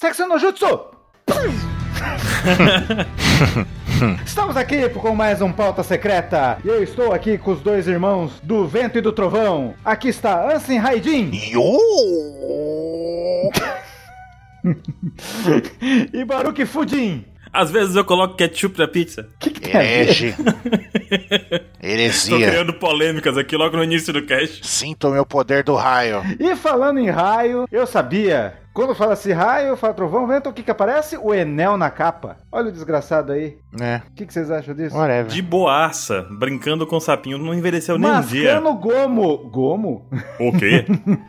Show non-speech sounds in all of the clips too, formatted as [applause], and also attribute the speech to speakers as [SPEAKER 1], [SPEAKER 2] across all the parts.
[SPEAKER 1] Secção no [laughs] Jutsu! Estamos aqui com mais um Pauta Secreta. E eu estou aqui com os dois irmãos do Vento e do Trovão. Aqui está Ansem [laughs] Haidin
[SPEAKER 2] Yo!
[SPEAKER 1] e Baruch Fudin.
[SPEAKER 3] Às vezes eu coloco ketchup na pizza.
[SPEAKER 1] O que, que tem a ver?
[SPEAKER 2] [laughs] Herege.
[SPEAKER 3] Tô
[SPEAKER 2] Heresia.
[SPEAKER 3] criando polêmicas aqui logo no início do cast.
[SPEAKER 2] Sinta o meu poder do raio.
[SPEAKER 1] E falando em raio, eu sabia. Quando fala-se raio, fala trovão, vento, o que que aparece? O Enel na capa. Olha o desgraçado aí.
[SPEAKER 2] Né?
[SPEAKER 1] O que, que vocês acham disso?
[SPEAKER 2] Whatever.
[SPEAKER 3] De boaça, brincando com o sapinho, não envelheceu nem um dia.
[SPEAKER 1] Mascando gomo. Gomo?
[SPEAKER 3] O quê?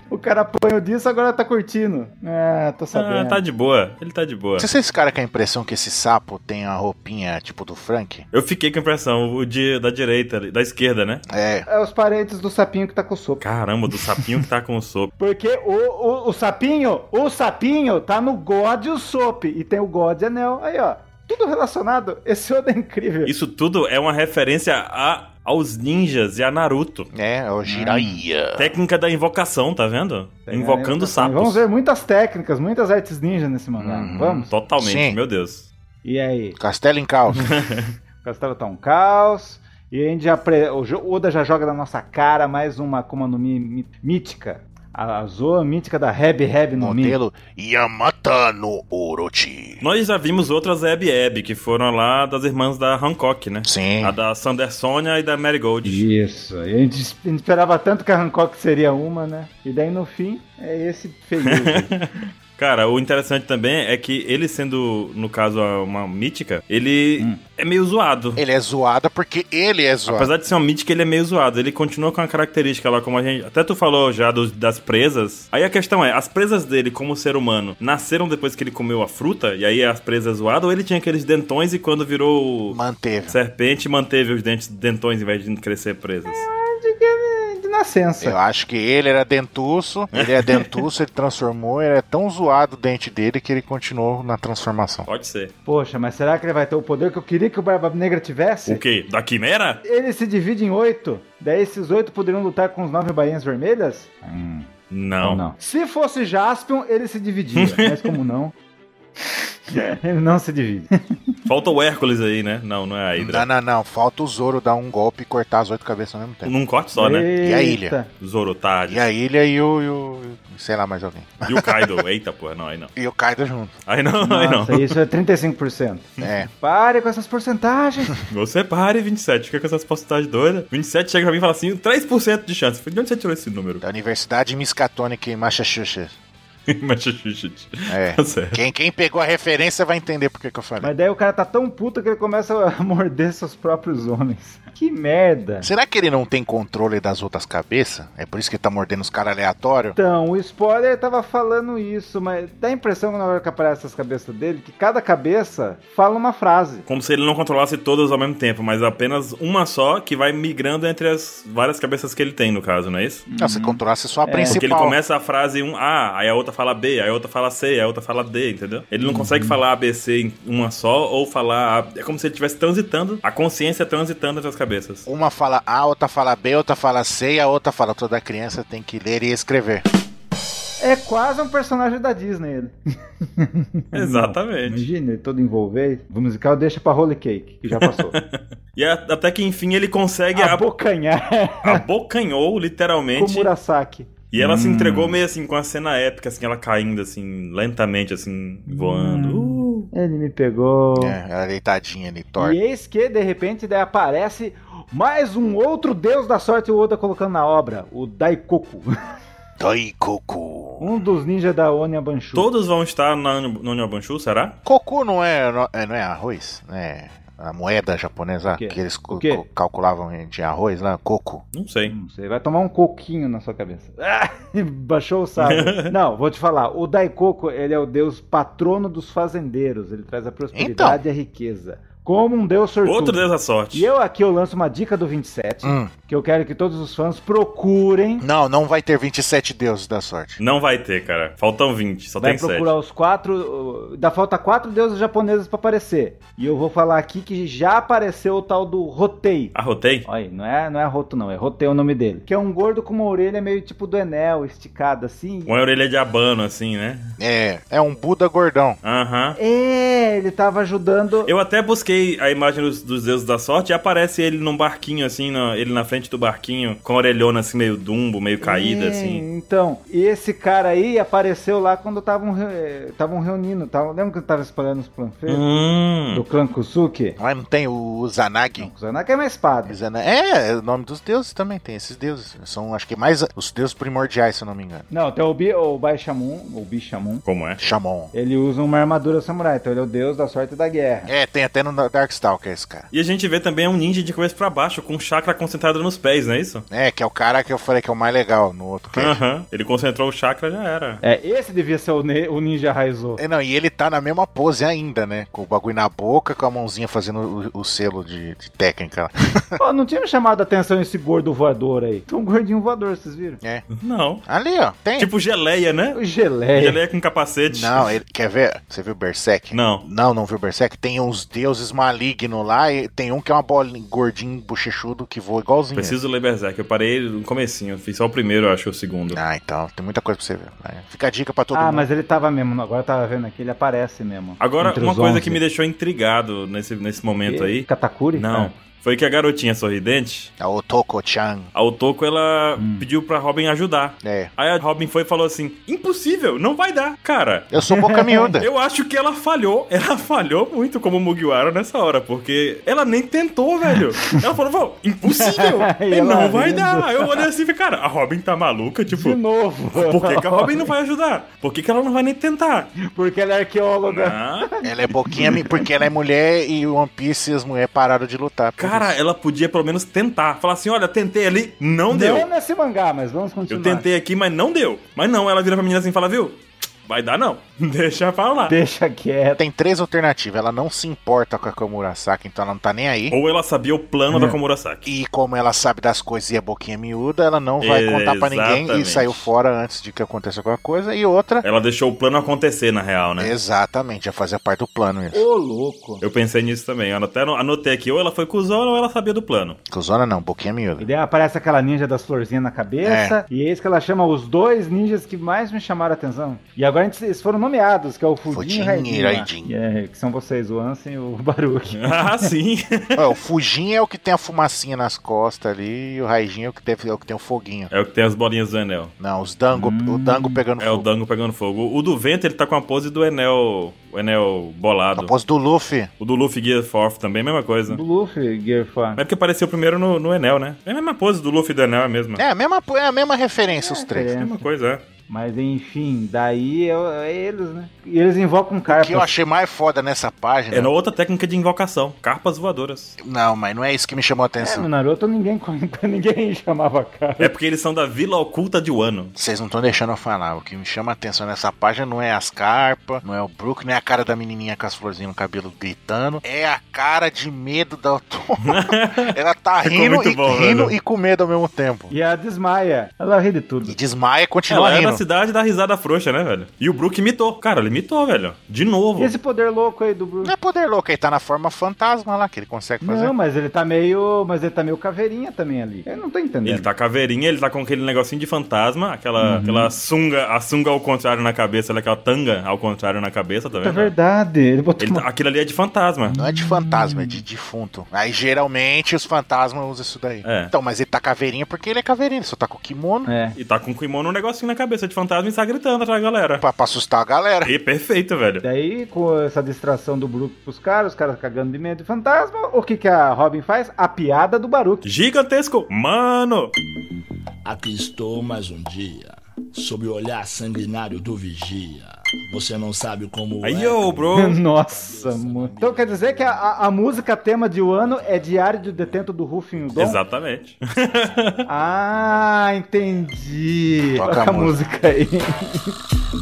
[SPEAKER 1] O cara apanhou disso, agora tá curtindo. Ah, tô
[SPEAKER 3] Ah,
[SPEAKER 1] sabendo.
[SPEAKER 3] tá de boa. Ele tá de boa.
[SPEAKER 2] Você é esse cara com a impressão que esse sapo tem a roupinha tipo do Frank?
[SPEAKER 3] Eu fiquei com a impressão, o de, da direita, ali, da esquerda, né?
[SPEAKER 2] É.
[SPEAKER 1] É os parentes do sapinho que tá com sopa.
[SPEAKER 3] Caramba, do sapinho que tá com o sopro.
[SPEAKER 1] Porque o, o, o sapinho, o sapinho tá no God e o Soap. E tem o God Anel. Aí, ó. Tudo relacionado. Esse Oda é incrível.
[SPEAKER 3] Isso tudo é uma referência a, aos ninjas e a Naruto.
[SPEAKER 2] É, é o Jiraiya.
[SPEAKER 3] Técnica da invocação, tá vendo? Invocando sapos.
[SPEAKER 1] Então, Vamos ver muitas técnicas, muitas artes ninja nesse mangá.
[SPEAKER 2] Uhum.
[SPEAKER 1] Vamos?
[SPEAKER 3] Totalmente,
[SPEAKER 2] Sim.
[SPEAKER 3] meu Deus.
[SPEAKER 1] E aí?
[SPEAKER 2] Hum. Castelo em [laughs] caos.
[SPEAKER 1] O castelo tá um caos. E a gente já pre- o Jo- o Oda já joga na nossa cara mais uma Akuma no Mi mi- mítica. A a Zoa mítica da Heb Heb no Mi.
[SPEAKER 2] Modelo Yamata no Orochi.
[SPEAKER 3] Nós já vimos outras Eb Eb, que foram lá das irmãs da Hancock, né?
[SPEAKER 2] Sim.
[SPEAKER 3] A da Sandersonia e da Marigold.
[SPEAKER 1] Isso. E a gente es- a gente esperava tanto que a Hancock seria uma, né? E daí no fim é esse feio.
[SPEAKER 3] [laughs] Cara, o interessante também é que ele sendo, no caso, uma mítica, ele é meio zoado.
[SPEAKER 2] Ele Hum. é zoado porque ele é zoado.
[SPEAKER 3] Apesar de ser uma mítica, ele é meio zoado. Ele continua com a característica lá, como a gente. Até tu falou já dos- das presas. Aí a questão é: as presas dele, como ser humano, nasceram depois que ele comeu a fruta? E aí é as presas zoadas? Ou ele tinha aqueles dentões e quando virou
[SPEAKER 2] Manteve.
[SPEAKER 3] serpente manteve os dentes dentões em vez de crescer presas?
[SPEAKER 1] de nascença.
[SPEAKER 3] É.
[SPEAKER 2] Eu acho que ele era dentuço, ele é [laughs] dentuço, ele transformou, ele é tão zoado o dente dele que ele continuou na transformação.
[SPEAKER 3] Pode ser.
[SPEAKER 1] Poxa, mas será que ele vai ter o poder que eu queria que o Barba Negra tivesse?
[SPEAKER 3] O quê? Da quimera?
[SPEAKER 1] Ele se divide em oito. Daí esses oito poderiam lutar com os nove bainhas vermelhas?
[SPEAKER 3] Não.
[SPEAKER 1] Se fosse Jaspion, ele se dividia.
[SPEAKER 3] [laughs]
[SPEAKER 1] mas como não?
[SPEAKER 3] É.
[SPEAKER 1] Ele não se divide.
[SPEAKER 3] Falta o Hércules aí, né? Não, não é a Hydra.
[SPEAKER 2] Não, não, não. Falta o Zoro dar um golpe e cortar as oito cabeças ao mesmo tempo.
[SPEAKER 3] Num corte só, né?
[SPEAKER 1] Eita.
[SPEAKER 2] E a ilha?
[SPEAKER 3] Zorotad.
[SPEAKER 2] E a ilha e o, e o- Sei lá mais alguém.
[SPEAKER 3] E o Kaido, eita porra, não, aí não.
[SPEAKER 2] E o Kaido junto.
[SPEAKER 3] Aí não, aí não.
[SPEAKER 1] Nossa, isso é 35%.
[SPEAKER 2] É.
[SPEAKER 1] Pare com essas porcentagens.
[SPEAKER 3] Você pare 27, fica com essas possibilidades doidas. 27 chega pra mim e fala assim, 3% de chance. Eu falei, De onde você tirou esse [laughs] número?
[SPEAKER 2] Da Universidade Miskatonic em Massachusetts.
[SPEAKER 3] Massachusetts. [laughs]
[SPEAKER 2] É.
[SPEAKER 3] Tá certo.
[SPEAKER 2] Quem, quem pegou a referência vai entender por que que eu falei.
[SPEAKER 1] Mas daí o cara tá tão puto que ele começa a [laughs] morder seus próprios homens. Que merda.
[SPEAKER 2] Será que ele não tem controle das outras cabeças? É por isso que ele tá mordendo os caras aleatórios?
[SPEAKER 1] Então, o spoiler tava falando isso, mas dá a impressão que na hora que aparece as cabeças dele, que cada cabeça fala uma frase.
[SPEAKER 3] Como se ele não controlasse todas ao mesmo tempo, mas apenas uma só que vai migrando entre as várias cabeças que ele tem, no caso, não é isso?
[SPEAKER 2] Não, se controlasse só a principal.
[SPEAKER 3] Porque ele começa a frase um A, aí a outra fala B, aí a outra fala C, aí a outra fala D, entendeu? Ele não consegue
[SPEAKER 1] Uhum.
[SPEAKER 3] falar ABC em uma só ou falar. A... É como se ele estivesse transitando, a consciência transitando entre as cabeças.
[SPEAKER 1] É
[SPEAKER 2] Uma fala A, outra fala B, outra fala C e a outra fala toda criança tem que ler e escrever.
[SPEAKER 1] É quase um personagem da Disney ele.
[SPEAKER 3] Exatamente.
[SPEAKER 1] Imagina, ele todo envolvido. O musical deixa pra Holy Cake, que já passou.
[SPEAKER 3] E a- até que enfim ele consegue a-
[SPEAKER 1] Abocanhar
[SPEAKER 3] abocanhou
[SPEAKER 1] com
[SPEAKER 3] literalmente.
[SPEAKER 1] Murasaki.
[SPEAKER 3] E ela
[SPEAKER 1] Hum.
[SPEAKER 3] se entregou meio assim com a cena épica, assim, ela caindo assim, lentamente, assim,
[SPEAKER 1] Hum.
[SPEAKER 3] voando. Uh.
[SPEAKER 1] Ele me pegou.
[SPEAKER 2] É, ela deitadinha ali,
[SPEAKER 1] E
[SPEAKER 2] torta.
[SPEAKER 1] eis que, de repente, daí aparece mais um outro deus da sorte, o Oda colocando na obra, o Daikoku.
[SPEAKER 2] Dai, Coco.
[SPEAKER 1] Um dos ninjas da Onya Banshu.
[SPEAKER 3] Todos vão estar na no Nyobanshu, será?
[SPEAKER 2] Coco não é, não é, não é arroz? É a moeda japonesa
[SPEAKER 1] quê?
[SPEAKER 2] que eles co-
[SPEAKER 1] quê?
[SPEAKER 2] co- calculavam de arroz lá, coco.
[SPEAKER 3] Não sei.
[SPEAKER 1] Hum, Você vai tomar um coquinho na sua cabeça. Ah, Baixou o
[SPEAKER 3] [laughs]
[SPEAKER 1] sábio. Não, vou te falar. O Daikoku, ele é o deus patrono dos fazendeiros. Ele traz a prosperidade e a riqueza. Como um deus sortudo.
[SPEAKER 3] Então. Outro deus da sorte.
[SPEAKER 1] E eu aqui eu lanço uma dica do 27,
[SPEAKER 2] Hum.
[SPEAKER 1] que eu quero que todos os fãs
[SPEAKER 3] Hum,
[SPEAKER 1] procurem.
[SPEAKER 2] Não, não vai ter 27 deuses da sorte.
[SPEAKER 3] Não vai ter, cara. Faltam 20, só
[SPEAKER 1] Vai
[SPEAKER 3] tem 7.
[SPEAKER 1] procurar os quatro. uh, Dá falta quatro deuses japoneses pra aparecer. E eu vou falar aqui que já apareceu o tal do Rotei.
[SPEAKER 3] Arrotei?
[SPEAKER 1] Olha aí, não é, não é Roto, não, é Rotei o nome dele. Que é um gordo com uma orelha meio tipo do Enel, esticada assim.
[SPEAKER 3] Uma orelha de abano, assim, né?
[SPEAKER 2] É, é um Buda gordão.
[SPEAKER 3] Aham.
[SPEAKER 1] É, ele tava ajudando.
[SPEAKER 3] Eu até busquei a imagem dos, dos deuses da sorte e aparece ele num barquinho, assim, na- ele na frente do barquinho, com a orelhona, assim, meio dumbo, meio caída,
[SPEAKER 1] É,
[SPEAKER 3] assim.
[SPEAKER 1] Então, esse cara aí apareceu lá quando estavam re- estavam reunindo. Tavam, lembra que eu tava espalhando os planfeiros?
[SPEAKER 3] Hum.
[SPEAKER 1] Do clã Kusuke?
[SPEAKER 2] Mas não tem o Zanagi?
[SPEAKER 1] Não, Kusanagi é uma espada.
[SPEAKER 2] Zana- É, o nome dos deuses também tem. Esses deuses são, acho que mais os deuses primordiais, se eu não me engano.
[SPEAKER 1] Não, tem o, Bi, o Baishamun, ou Bishamun.
[SPEAKER 3] Como é?
[SPEAKER 2] Shamon.
[SPEAKER 1] Ele usa uma armadura samurai, então ele é o deus da sorte e da guerra.
[SPEAKER 2] É, tem até no Darkstalker esse cara.
[SPEAKER 3] E a gente vê também um ninja de cabeça pra baixo, com um chakra concentrado nos pés, não é isso?
[SPEAKER 2] É, que é o cara que eu falei que é o mais legal no outro cast.
[SPEAKER 3] Aham. Ele concentrou o chakra, já era.
[SPEAKER 1] É, esse devia ser o, ne- o ninja Raizo.
[SPEAKER 2] É, não, e ele tá na mesma pose ainda, né? Com o bagulho na boca, com a mãozinha fazendo o, o selo de, de técnica.
[SPEAKER 1] Ó, não tinha me chamado a atenção esse gordo voador aí. Tem um gordinho voador, vocês viram?
[SPEAKER 2] É.
[SPEAKER 3] Não.
[SPEAKER 2] Ali, ó, tem.
[SPEAKER 3] Tipo geleia, né?
[SPEAKER 1] É O geleia.
[SPEAKER 3] Geleia com capacete.
[SPEAKER 2] Não, é. ele, quer ver? Você viu Berserk?
[SPEAKER 3] Não.
[SPEAKER 2] Não, não viu Berserk? Tem uns deuses malignos lá e tem um que é uma bolinha gordinho, bochechudo, que voa igualzinho.
[SPEAKER 3] Preciso ler Berserk. Eu parei no comecinho. Fiz só o primeiro, eu acho, o segundo.
[SPEAKER 2] Ah, então, tem muita coisa pra você ver. né? Fica a dica pra todo
[SPEAKER 1] Ah,
[SPEAKER 2] mundo.
[SPEAKER 1] mas ele tava mesmo, agora eu tava vendo aqui, ele aparece mesmo.
[SPEAKER 3] Agora,
[SPEAKER 1] Entre
[SPEAKER 3] uma
[SPEAKER 1] os
[SPEAKER 3] coisa
[SPEAKER 1] 11.
[SPEAKER 3] que me deixou intrigado nesse, nesse momento
[SPEAKER 1] E-
[SPEAKER 3] aí.
[SPEAKER 1] Katakuri?
[SPEAKER 3] Não. Foi que a garotinha sorridente,
[SPEAKER 2] É o Toko-chan.
[SPEAKER 3] a Otoko, ela
[SPEAKER 1] Hum.
[SPEAKER 3] pediu pra Robin ajudar.
[SPEAKER 2] É.
[SPEAKER 3] Aí a Robin foi e falou assim: impossível, não vai dar. Cara,
[SPEAKER 2] Eu sou
[SPEAKER 1] [laughs]
[SPEAKER 2] boca miúda.
[SPEAKER 1] É.
[SPEAKER 3] eu acho que ela falhou. [laughs] Ela falhou muito como Mugiwara nessa hora, porque ela nem
[SPEAKER 1] [laughs]
[SPEAKER 3] tentou, velho. Ela falou: "Vô, impossível,
[SPEAKER 1] E
[SPEAKER 3] e
[SPEAKER 1] ela
[SPEAKER 3] não vai
[SPEAKER 1] rindo.
[SPEAKER 3] dar. Aí eu olhei assim e falei: cara, a Robin tá maluca,
[SPEAKER 1] De
[SPEAKER 3] tipo.
[SPEAKER 1] novo.
[SPEAKER 3] Por que, que a Robin não vai ajudar? Por que, que ela não vai
[SPEAKER 1] [laughs]
[SPEAKER 3] nem tentar?
[SPEAKER 1] Porque ela é arqueóloga.
[SPEAKER 3] Ah,
[SPEAKER 2] Ela é boquinha mi- porque ela é mulher e o One Piece as mulheres pararam de lutar. por
[SPEAKER 3] cara, ela podia pelo menos tentar. Falar assim: olha, tentei ali, não,
[SPEAKER 1] Não
[SPEAKER 3] deu.
[SPEAKER 1] nesse mangá, mas vamos
[SPEAKER 3] Eu
[SPEAKER 1] continuar.
[SPEAKER 3] tentei aqui, mas não deu. Mas não, ela vira pra menina assim e fala, viu? Vai dar não. [laughs] Deixa pra lá.
[SPEAKER 1] Deixa quieto.
[SPEAKER 2] Tem três alternativas. Ela não se importa com a Komurasaki, então ela não tá nem aí.
[SPEAKER 3] Ou ela sabia o plano da Komurasaki.
[SPEAKER 2] E como ela sabe das coisas e é boquinha miúda, ela não vai contar pra ninguém e
[SPEAKER 3] Exatamente.
[SPEAKER 2] saiu fora antes de que aconteça alguma coisa. E outra,
[SPEAKER 3] Ela deixou o plano acontecer, na real, né?
[SPEAKER 2] exatamente, já fazia parte do plano isso.
[SPEAKER 1] Ô, louco.
[SPEAKER 3] Eu pensei nisso também. Eu até anotei aqui, ou ela foi cuzona ou ela sabia do plano. [laughs]
[SPEAKER 2] Cusona não, boquinha
[SPEAKER 1] E
[SPEAKER 2] miúda.
[SPEAKER 1] daí aparece aquela ninja das florzinhas na cabeça.
[SPEAKER 2] É.
[SPEAKER 1] E eis que ela chama os dois ninjas que mais me chamaram a atenção. E agora a gente- eles foram nomeados, que é o Fudin
[SPEAKER 2] Fudin
[SPEAKER 1] e
[SPEAKER 2] e
[SPEAKER 1] Raidin. lá.
[SPEAKER 2] Raidin.
[SPEAKER 1] É, que são vocês, o Ansem e o [laughs] Baruch.
[SPEAKER 3] Ah, sim.
[SPEAKER 2] Ó, o Fujin é o que tem a fumacinha nas costas ali e o Raijin é o que, deve, é o que tem o foguinho.
[SPEAKER 3] É o que tem as bolinhas do Enel.
[SPEAKER 2] Não, os dango, o dango pegando
[SPEAKER 3] É o
[SPEAKER 2] fogo.
[SPEAKER 3] Dango pegando fogo. O do vento, ele tá com a pose do Enel. O Enel bolado.
[SPEAKER 2] Após do Luffy,
[SPEAKER 3] O do Luffy Gear Forth também, mesma coisa.
[SPEAKER 1] Do Luffy, Gearfan.
[SPEAKER 3] É porque apareceu primeiro no, no Enel, né? É a mesma pose do Luffy e do Enel, é a mesma.
[SPEAKER 2] é a mesma, é a mesma referência os três.
[SPEAKER 3] É a mesma coisa, é.
[SPEAKER 1] Mas enfim, daí eu- é eles, né? E eles invocam
[SPEAKER 2] O que eu
[SPEAKER 1] carpas.
[SPEAKER 2] achei mais foda nessa página.
[SPEAKER 3] É na outra técnica de invocação, carpas voadoras.
[SPEAKER 2] Não, mas não é isso que me chamou a
[SPEAKER 1] É,
[SPEAKER 2] atenção.
[SPEAKER 1] no Naruto ninguém, [laughs] ninguém chamava carpa.
[SPEAKER 3] É porque eles são da Vila Oculta de Wano.
[SPEAKER 2] Vocês não estão deixando eu falar. O que me chama a atenção nessa página não é as carpas, não é o Brook, não é a cara da menininha com as florzinhas no cabelo gritando. É a cara de medo da
[SPEAKER 3] [laughs]
[SPEAKER 2] Otoma. Ela tá
[SPEAKER 3] Ficou
[SPEAKER 2] rindo,
[SPEAKER 3] muito
[SPEAKER 2] e,
[SPEAKER 3] bom,
[SPEAKER 2] rindo
[SPEAKER 3] velho.
[SPEAKER 2] e com medo ao mesmo tempo.
[SPEAKER 1] E a desmaia. Ela ri de tudo.
[SPEAKER 2] E desmaia e continua
[SPEAKER 3] Ela é da
[SPEAKER 2] rindo.
[SPEAKER 3] cidade da risada frouxa, né, velho? E o Brook imitou. Cara, ele imitou, velho. De novo.
[SPEAKER 1] E esse poder louco aí do Bruce?
[SPEAKER 2] Não é poder louco, ele tá na forma fantasma lá, que ele consegue fazer.
[SPEAKER 1] Não, mas ele tá meio. Mas ele tá meio caveirinha também ali. Eu não tô entendendo.
[SPEAKER 3] Ele tá caveirinha, ele tá com aquele negocinho de fantasma, aquela, aquela sunga, a sunga ao contrário na cabeça, ali, aquela tanga ao contrário na cabeça, tá
[SPEAKER 1] É
[SPEAKER 3] vendo?
[SPEAKER 1] verdade. Ele botou
[SPEAKER 3] Ele tá-
[SPEAKER 1] uma...
[SPEAKER 3] aquilo ali é de fantasma.
[SPEAKER 2] Não é de fantasma, é de defunto. Aí geralmente os fantasmas usam isso daí.
[SPEAKER 3] É.
[SPEAKER 2] Então, mas ele tá caveirinha porque ele é caveirinha, ele só tá com o kimono
[SPEAKER 1] É.
[SPEAKER 3] E tá com o kimono um negocinho na cabeça de fantasma e sai gritando atrás da galera.
[SPEAKER 2] pra, pra assustar a galera.
[SPEAKER 3] E perfeito, velho.
[SPEAKER 1] Daí, com essa distração do Brook pros caras, os caras cagando de medo de fantasma, o que que a Robin faz? A piada do Baruch.
[SPEAKER 3] Gigantesco. Mano.
[SPEAKER 4] Aqui estou mais um dia, sob o olhar sanguinário do vigia. Você não sabe como
[SPEAKER 3] Aí,
[SPEAKER 4] é.
[SPEAKER 1] [laughs]
[SPEAKER 3] yo, bro.
[SPEAKER 1] Nossa, mano. Então quer dizer que a, a- a música tema de Wano é Diário do Detento do Rufin Udon?
[SPEAKER 3] Exatamente.
[SPEAKER 1] Ah, entendi.
[SPEAKER 2] Toca
[SPEAKER 1] Toca,
[SPEAKER 2] a
[SPEAKER 1] a música aí.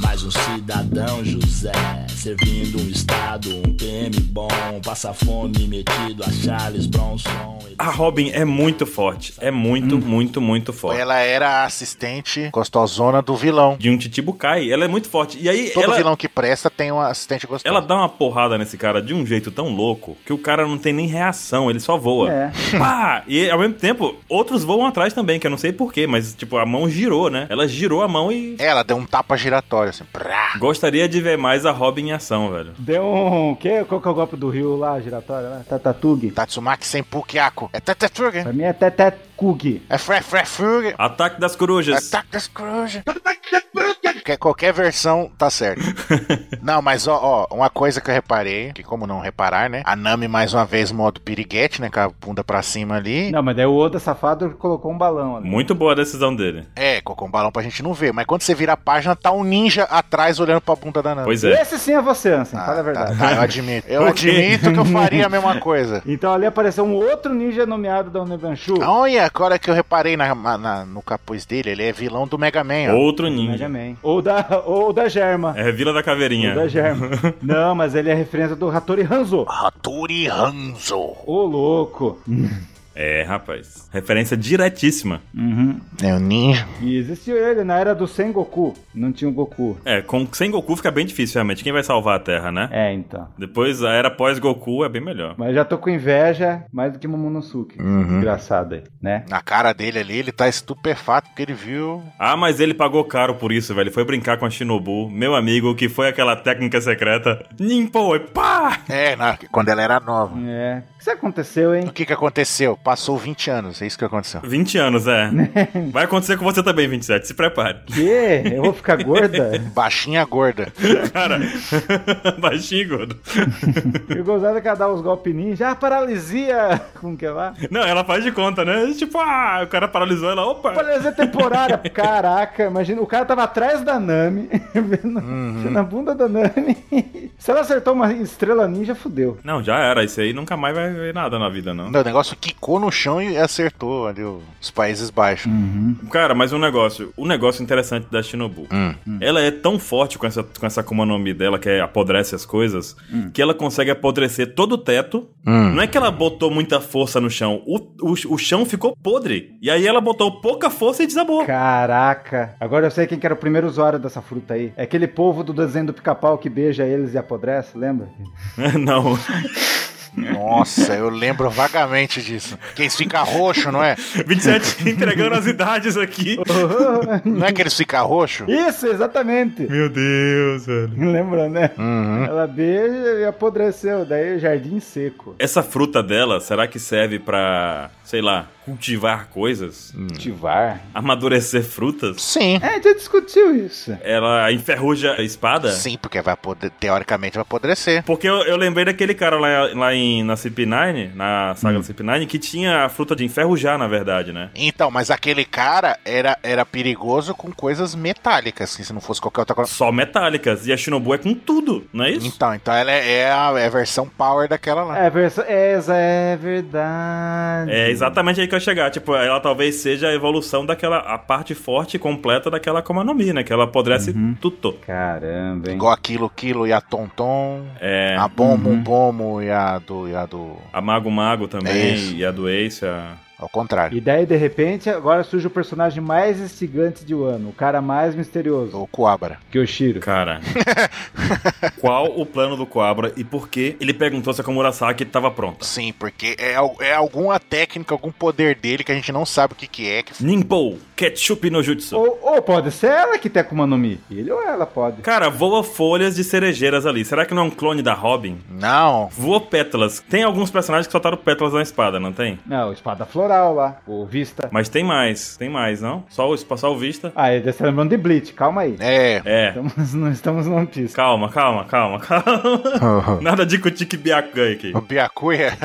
[SPEAKER 4] mas um cidadão José. Servindo um estado, um PM bom, passa fome metido a Charles Bronson.
[SPEAKER 3] A Robin é muito forte. É muito, muito, muito forte.
[SPEAKER 2] Ela era a assistente gostosona do vilão.
[SPEAKER 3] De um Titibucai. Ela é muito forte. E aí,
[SPEAKER 2] Todo
[SPEAKER 3] ela,
[SPEAKER 2] vilão que presta tem um assistente gostoso.
[SPEAKER 3] ela dá uma porrada nesse cara de um jeito tão louco que o cara não tem nem reação, ele só voa.
[SPEAKER 1] É.
[SPEAKER 3] [laughs] Pá! E ao mesmo tempo, outros voam atrás também, que eu não sei porquê, mas tipo, a mão girou, né? Ela girou a mão e.
[SPEAKER 2] Ela deu um tapa giratório, assim. Prá.
[SPEAKER 3] Gostaria de ver mais a Robin em ação, velho.
[SPEAKER 1] Deu um. Que, qual que é o golpe do rio lá, giratório? Lá? Tatatug.
[SPEAKER 2] Tatsumaki sem pukiaco. É Tetetrugen.
[SPEAKER 1] Pra mim é Tetetug.
[SPEAKER 2] É Fre Fre Frugen.
[SPEAKER 3] Ataque das corujas.
[SPEAKER 2] Ataque das corujas. Qualquer- Qualquer versão tá
[SPEAKER 3] [laughs]
[SPEAKER 2] certo. não, mas ó, ó, uma coisa que eu reparei, que como não reparar, né? A Nami mais uma vez modo piriguete, né? Com a bunda pra cima ali.
[SPEAKER 1] Não, mas daí o Oda safado colocou um balão ali.
[SPEAKER 3] Muito boa a decisão dele.
[SPEAKER 2] É, colocou um balão pra gente não ver. Mas quando você vira a página, tá um ninja atrás olhando pra bunda da Nami.
[SPEAKER 3] Pois é.
[SPEAKER 1] Esse sim é você, Ansem, fala a verdade.
[SPEAKER 2] Tá, tá, eu admito. Eu
[SPEAKER 3] [laughs] Por quê?
[SPEAKER 2] admito que eu faria a mesma coisa.
[SPEAKER 1] Então ali apareceu um outro ninja nomeado da Unibanchu.
[SPEAKER 2] Olha, agora que eu reparei na- na- no capuz dele, ele é vilão do Mega Man. ó.
[SPEAKER 3] Outro um ninja.
[SPEAKER 1] Mega é Man. Ou da, ou da Germa.
[SPEAKER 3] É Vila da Caveirinha.
[SPEAKER 1] Ou da Germa. Não, mas ele é referência do Hattori Hanzo.
[SPEAKER 2] Hattori Hanzo.
[SPEAKER 1] Ô, louco.
[SPEAKER 3] É, rapaz. Referência diretíssima.
[SPEAKER 1] Uhum.
[SPEAKER 2] É o ninja.
[SPEAKER 1] E existiu ele na era do Sengoku. Não tinha o Goku.
[SPEAKER 3] É, com, sem Goku fica bem difícil, realmente. Quem vai salvar a Terra, né?
[SPEAKER 1] É, então.
[SPEAKER 3] Depois, a era pós-Goku é bem melhor.
[SPEAKER 1] Mas já tô com inveja mais do que Momonosuke.
[SPEAKER 2] Uhum.
[SPEAKER 1] Engraçado aí, né?
[SPEAKER 2] Na cara dele ali, ele tá estupefato porque ele viu.
[SPEAKER 3] Ah, mas ele pagou caro por isso, velho. Foi brincar com a Shinobu, meu amigo, que foi aquela técnica secreta. Nimpo, e pá!
[SPEAKER 2] É, na- quando ela era nova.
[SPEAKER 1] É. O que isso aconteceu, hein?
[SPEAKER 2] O que que aconteceu? Passou 20 anos, é isso que aconteceu.
[SPEAKER 3] 20 anos, é. Vai acontecer com você também, 27. Se prepare.
[SPEAKER 1] Que? Eu vou ficar gorda?
[SPEAKER 2] Baixinha gorda.
[SPEAKER 3] Cara, [laughs] baixinho, gordo.
[SPEAKER 1] E o Gonzalo quer dar os golpes ninja. Ah, paralisia! Como que é lá?
[SPEAKER 3] Não, ela faz de conta, né? Tipo, ah, o cara paralisou ela. Opa!
[SPEAKER 1] Paralisia temporária. Caraca, imagina. O cara tava atrás da Nami, [laughs] vendo
[SPEAKER 2] Uhum.
[SPEAKER 1] na bunda da Nami. Se ela acertou uma estrela ninja, fudeu.
[SPEAKER 3] Não, já era. Isso aí nunca mais vai ver nada na vida, não.
[SPEAKER 2] Meu, O negócio quicou no chão e acertou ali o- os Países Baixos.
[SPEAKER 3] Cara, mas um negócio, um negócio interessante da Shinobu.
[SPEAKER 2] Hum.
[SPEAKER 3] Ela é tão forte com essa, com essa Akuma no Mi dela, que é apodrece as coisas, que ela consegue apodrecer todo o teto.
[SPEAKER 2] Hum.
[SPEAKER 3] Não é que ela botou muita força no chão, o, o, o chão ficou podre. E aí ela botou pouca força e desabou.
[SPEAKER 1] Caraca. Agora eu sei quem que era o primeiro usuário dessa fruta aí. É aquele povo do desenho do pica-pau que beija eles e apodrece, lembra?
[SPEAKER 3] [laughs]
[SPEAKER 1] [laughs]
[SPEAKER 3] [laughs] não.
[SPEAKER 2] Nossa, eu lembro vagamente disso. Que eles ficam roxo, não é?
[SPEAKER 3] 27 entregando as idades aqui.
[SPEAKER 2] Não é que eles ficam roxo?
[SPEAKER 1] Isso, exatamente. [laughs]
[SPEAKER 3] Meu Deus, velho.
[SPEAKER 1] Lembra, né?
[SPEAKER 2] Uhum.
[SPEAKER 1] Ela beija e apodreceu. Daí o jardim seco.
[SPEAKER 3] Essa fruta dela, será que serve pra, sei lá, cultivar coisas?
[SPEAKER 1] Cultivar.
[SPEAKER 3] Amadurecer frutas?
[SPEAKER 2] Sim.
[SPEAKER 1] É, já discutiu isso.
[SPEAKER 3] Ela enferruja a espada?
[SPEAKER 2] Sim, porque vai apode- teoricamente vai apodrecer.
[SPEAKER 3] Porque eu, eu lembrei daquele cara lá, lá em, na CP9, na
[SPEAKER 2] Hum.
[SPEAKER 3] saga da CP9, que tinha a fruta de enferrujar, na verdade, né?
[SPEAKER 2] Então, mas aquele cara era, era perigoso com coisas metálicas, que se não fosse qualquer outra coisa.
[SPEAKER 3] Só metálicas. E a Shinobu é com tudo, não é isso?
[SPEAKER 2] Então, então ela é, é a, é a versão power daquela lá.
[SPEAKER 1] É, versa... Essa é verdade.
[SPEAKER 3] É exatamente aí que eu ia chegar. Tipo, ela talvez seja a evolução daquela. a parte forte e completa daquela Akuma no Mi, né? Que ela apodrece
[SPEAKER 2] Uhum.
[SPEAKER 3] tudo.
[SPEAKER 1] Caramba, hein?
[SPEAKER 2] Igual a Kilo Kilo e a Tonton,
[SPEAKER 3] É.
[SPEAKER 2] a Bombo Bombo e a do. E a do...
[SPEAKER 3] A Mago Mago
[SPEAKER 2] É
[SPEAKER 3] também,
[SPEAKER 2] isso.
[SPEAKER 3] e a doença.
[SPEAKER 2] Ao contrário.
[SPEAKER 1] E daí, de repente, agora surge o personagem mais instigante de Wano, o cara mais misterioso,
[SPEAKER 2] Do Coabra.
[SPEAKER 1] que o Shiro.
[SPEAKER 3] Cara. [laughs] qual o plano do Cobra e por que ele perguntou se a Komurasaki tava pronta?
[SPEAKER 2] Sim, porque é, al- é alguma técnica, algum poder dele que a gente não sabe o que, que é. Que...
[SPEAKER 3] Ninpou, ketchup no jutsu.
[SPEAKER 1] Ou, ou pode ser ela que tá tem Akuma no Mi. Ele ou ela pode.
[SPEAKER 3] Cara, voa folhas de cerejeiras ali. Será que não é um clone da Robin?
[SPEAKER 2] Não.
[SPEAKER 3] Voa pétalas. Tem alguns personagens que soltaram pétalas na espada, não tem?
[SPEAKER 1] Não, espada floral lá, o Vista.
[SPEAKER 3] Mas tem mais, tem mais, não? Só o, só o Vista?
[SPEAKER 1] Ah, ele está lembrando de Bleach, calma aí.
[SPEAKER 2] É.
[SPEAKER 3] É.
[SPEAKER 1] Estamos, [laughs] não estamos no One Piece.
[SPEAKER 3] Calma, calma, calma, [laughs] calma. Nada de cutique biacan aqui.
[SPEAKER 2] O Biacuia.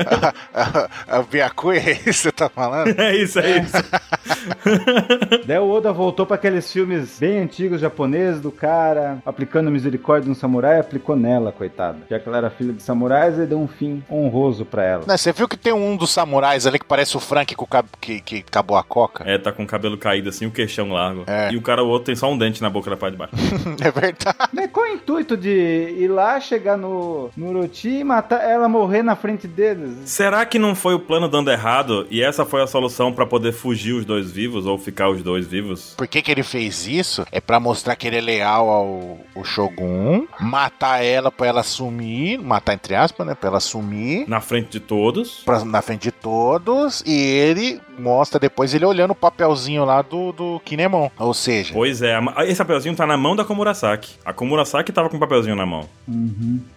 [SPEAKER 2] [laughs] o Biacuia é isso que você tá falando?
[SPEAKER 3] É isso, é isso.
[SPEAKER 1] Daí o Oda voltou para aqueles filmes bem antigos japoneses do cara aplicando misericórdia no samurai, aplicou nela, coitada. Já que ela era filha de samurais, ele deu um fim honroso para ela.
[SPEAKER 2] Né, Você viu que tem um dos samurais ali que parece o Frank com o cab- que, que acabou a coca.
[SPEAKER 3] É, tá com o cabelo caído assim, o queixão largo.
[SPEAKER 2] É.
[SPEAKER 3] E o cara, o outro, tem só um dente na boca da parte de baixo.
[SPEAKER 2] [laughs] é verdade.
[SPEAKER 1] Né, Qual é o intuito de ir lá, chegar no, no Uruti e matar ela morrer na frente deles?
[SPEAKER 3] Será que não foi o plano dando errado e essa foi a solução pra poder fugir os dois vivos ou ficar os dois vivos?
[SPEAKER 2] Por que, que ele fez isso? É pra mostrar que ele é leal ao, ao Shogun, matar ela pra ela sumir, matar entre aspas, né? Pra ela sumir.
[SPEAKER 3] Na frente de todos?
[SPEAKER 2] pra- na frente de todos, e ele mostra depois ele olhando o papelzinho lá do, do Kinemon. Ou seja,
[SPEAKER 3] Pois é, a- esse papelzinho tá na mão da Komurasaki. A Komurasaki tava com o papelzinho na mão.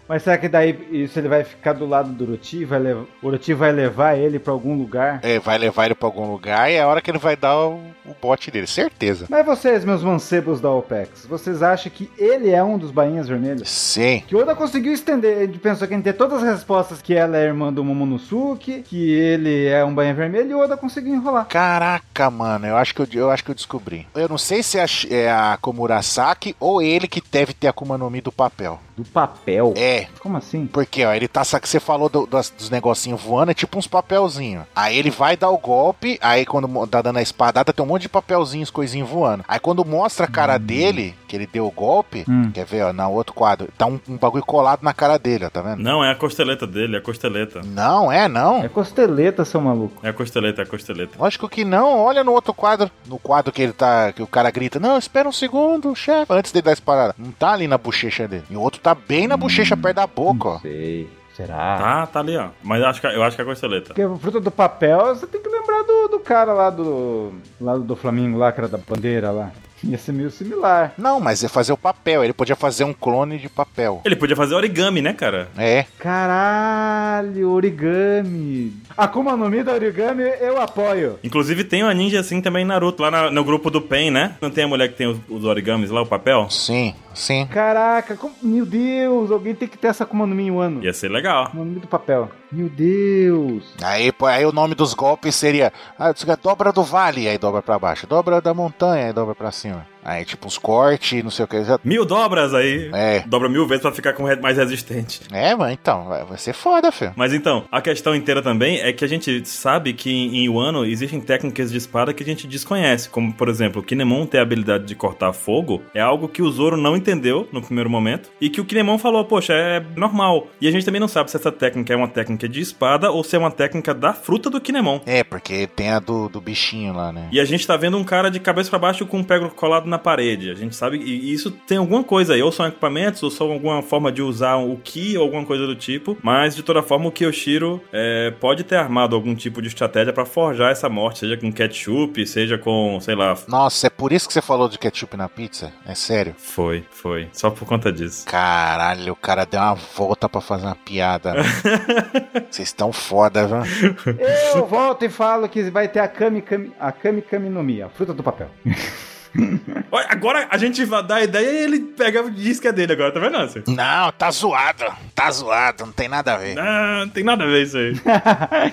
[SPEAKER 1] Mas será que daí isso ele vai ficar do lado do Uruti? Vai lev- o Uruti vai levar ele pra algum lugar?
[SPEAKER 2] é, vai levar ele pra algum lugar e é a hora que ele vai dar o, o bote dele, certeza.
[SPEAKER 1] Mas vocês, meus mancebos da OPEX, vocês acham que ele é um dos bainhas vermelhos?
[SPEAKER 2] Sim.
[SPEAKER 1] Que Oda conseguiu estender, ele pensou que ia ter todas as respostas que ela é irmã do Momonosuke, que ele é um bainha vermelho e o Oda conseguiu enrolar.
[SPEAKER 2] Caraca, mano, eu acho que eu, eu acho que eu descobri. Eu não sei se é a, Shi- é a Komurasaki ou ele que deve ter a Akuma no Mi do papel.
[SPEAKER 1] Do papel?
[SPEAKER 2] É,
[SPEAKER 1] Como assim?
[SPEAKER 2] porque ó, ele tá, sabe que você falou do- das- dos negocinhos voando, é tipo uns papelzinhos. Aí ele vai dar o golpe, aí quando mo- tá dando a espadada, tem um monte de papelzinhos, coisinhas voando. Aí quando mostra a cara dele, que ele deu o golpe,
[SPEAKER 1] Hum.
[SPEAKER 2] quer ver, ó, na outro quadro, tá um, um bagulho colado na cara dele, ó, tá vendo?
[SPEAKER 3] Não, é a costeleta dele, é a costeleta.
[SPEAKER 2] Não, é, não.
[SPEAKER 1] É costeleta, seu maluco.
[SPEAKER 3] É a costeleta, é a costeleta.
[SPEAKER 2] Lógico que não, olha no outro quadro. No quadro que ele tá. que o cara grita, não, espera um segundo, chefe, antes dele dar esse parada. Não tá ali na bochecha dele. E o outro tá bem na bochecha perto da boca, ó.
[SPEAKER 1] Sei. Será?
[SPEAKER 3] Tá, tá ali, ó. Mas acho que- eu acho que é a costeleta.
[SPEAKER 1] Porque a fruta do papel, você tem que lembrar do, do cara lá do. lá do Flamengo, lá, que era da bandeira lá. Ia ser meio similar.
[SPEAKER 2] Não, mas ia fazer o papel, ele podia fazer um clone de papel.
[SPEAKER 3] Ele podia fazer origami, né, cara?
[SPEAKER 2] É,
[SPEAKER 1] Caralho, origami. Ah, Akuma no Mi do origami eu apoio.
[SPEAKER 3] Inclusive tem uma ninja assim também em Naruto, lá na- no grupo do Pen, né? Não tem a mulher que tem os, os origamis lá, o papel?
[SPEAKER 2] sim, sim.
[SPEAKER 1] Caraca, como- meu Deus, alguém tem que ter essa Akuma no Mi em um ano.
[SPEAKER 3] Ia ser legal.
[SPEAKER 1] Akuma no Mi do papel. Meu Deus.
[SPEAKER 2] Aí, pô, aí o nome dos golpes seria ah, eu disse que é dobra do vale, aí dobra pra baixo, dobra da montanha, aí dobra pra cima. Aí tipo uns cortes, não sei o que. já-
[SPEAKER 3] Mil dobras aí.
[SPEAKER 2] É.
[SPEAKER 3] Dobra mil vezes pra ficar com re- mais resistente.
[SPEAKER 2] É, mano, então, vai vai ser foda, filho.
[SPEAKER 3] Mas então, a questão inteira também é que a gente sabe que em Wano existem técnicas de espada que a gente desconhece, como por exemplo, o Kinemon ter a habilidade de cortar fogo é algo que o Zoro não entendeu no primeiro momento e que o Kinemon falou, poxa, é normal. E a gente também não sabe se essa técnica é uma técnica de espada ou se é uma técnica da fruta do Kinemon.
[SPEAKER 2] É, porque tem a do, do bichinho lá, né?
[SPEAKER 3] E a gente tá vendo um cara de cabeça pra baixo com um prego colado na parede. A gente sabe. E isso tem alguma coisa aí. Ou são equipamentos, ou são alguma forma de usar o Ki, ou alguma coisa do tipo. Mas, de toda forma, o Kyoshiro é, pode ter armado algum tipo de estratégia pra forjar essa morte. Seja com ketchup, seja com, sei lá.
[SPEAKER 2] Nossa, é por isso que você falou de ketchup na pizza? É sério?
[SPEAKER 3] Foi, foi. Só por conta disso.
[SPEAKER 2] Caralho, o cara deu uma volta pra fazer uma piada. né? Vocês estão foda, viu?
[SPEAKER 1] Eu volto e falo que vai ter a Kami Kami, a Kami Kami no Mi, a fruta do papel. [laughs]
[SPEAKER 3] Olha, agora a gente vai dar a ideia e ele pega e diz que é dele agora, tá vendo, Nancy?
[SPEAKER 2] Não, tá zoado. Tá zoado, não tem nada a ver.
[SPEAKER 3] Ah, não tem nada a ver isso aí. [laughs]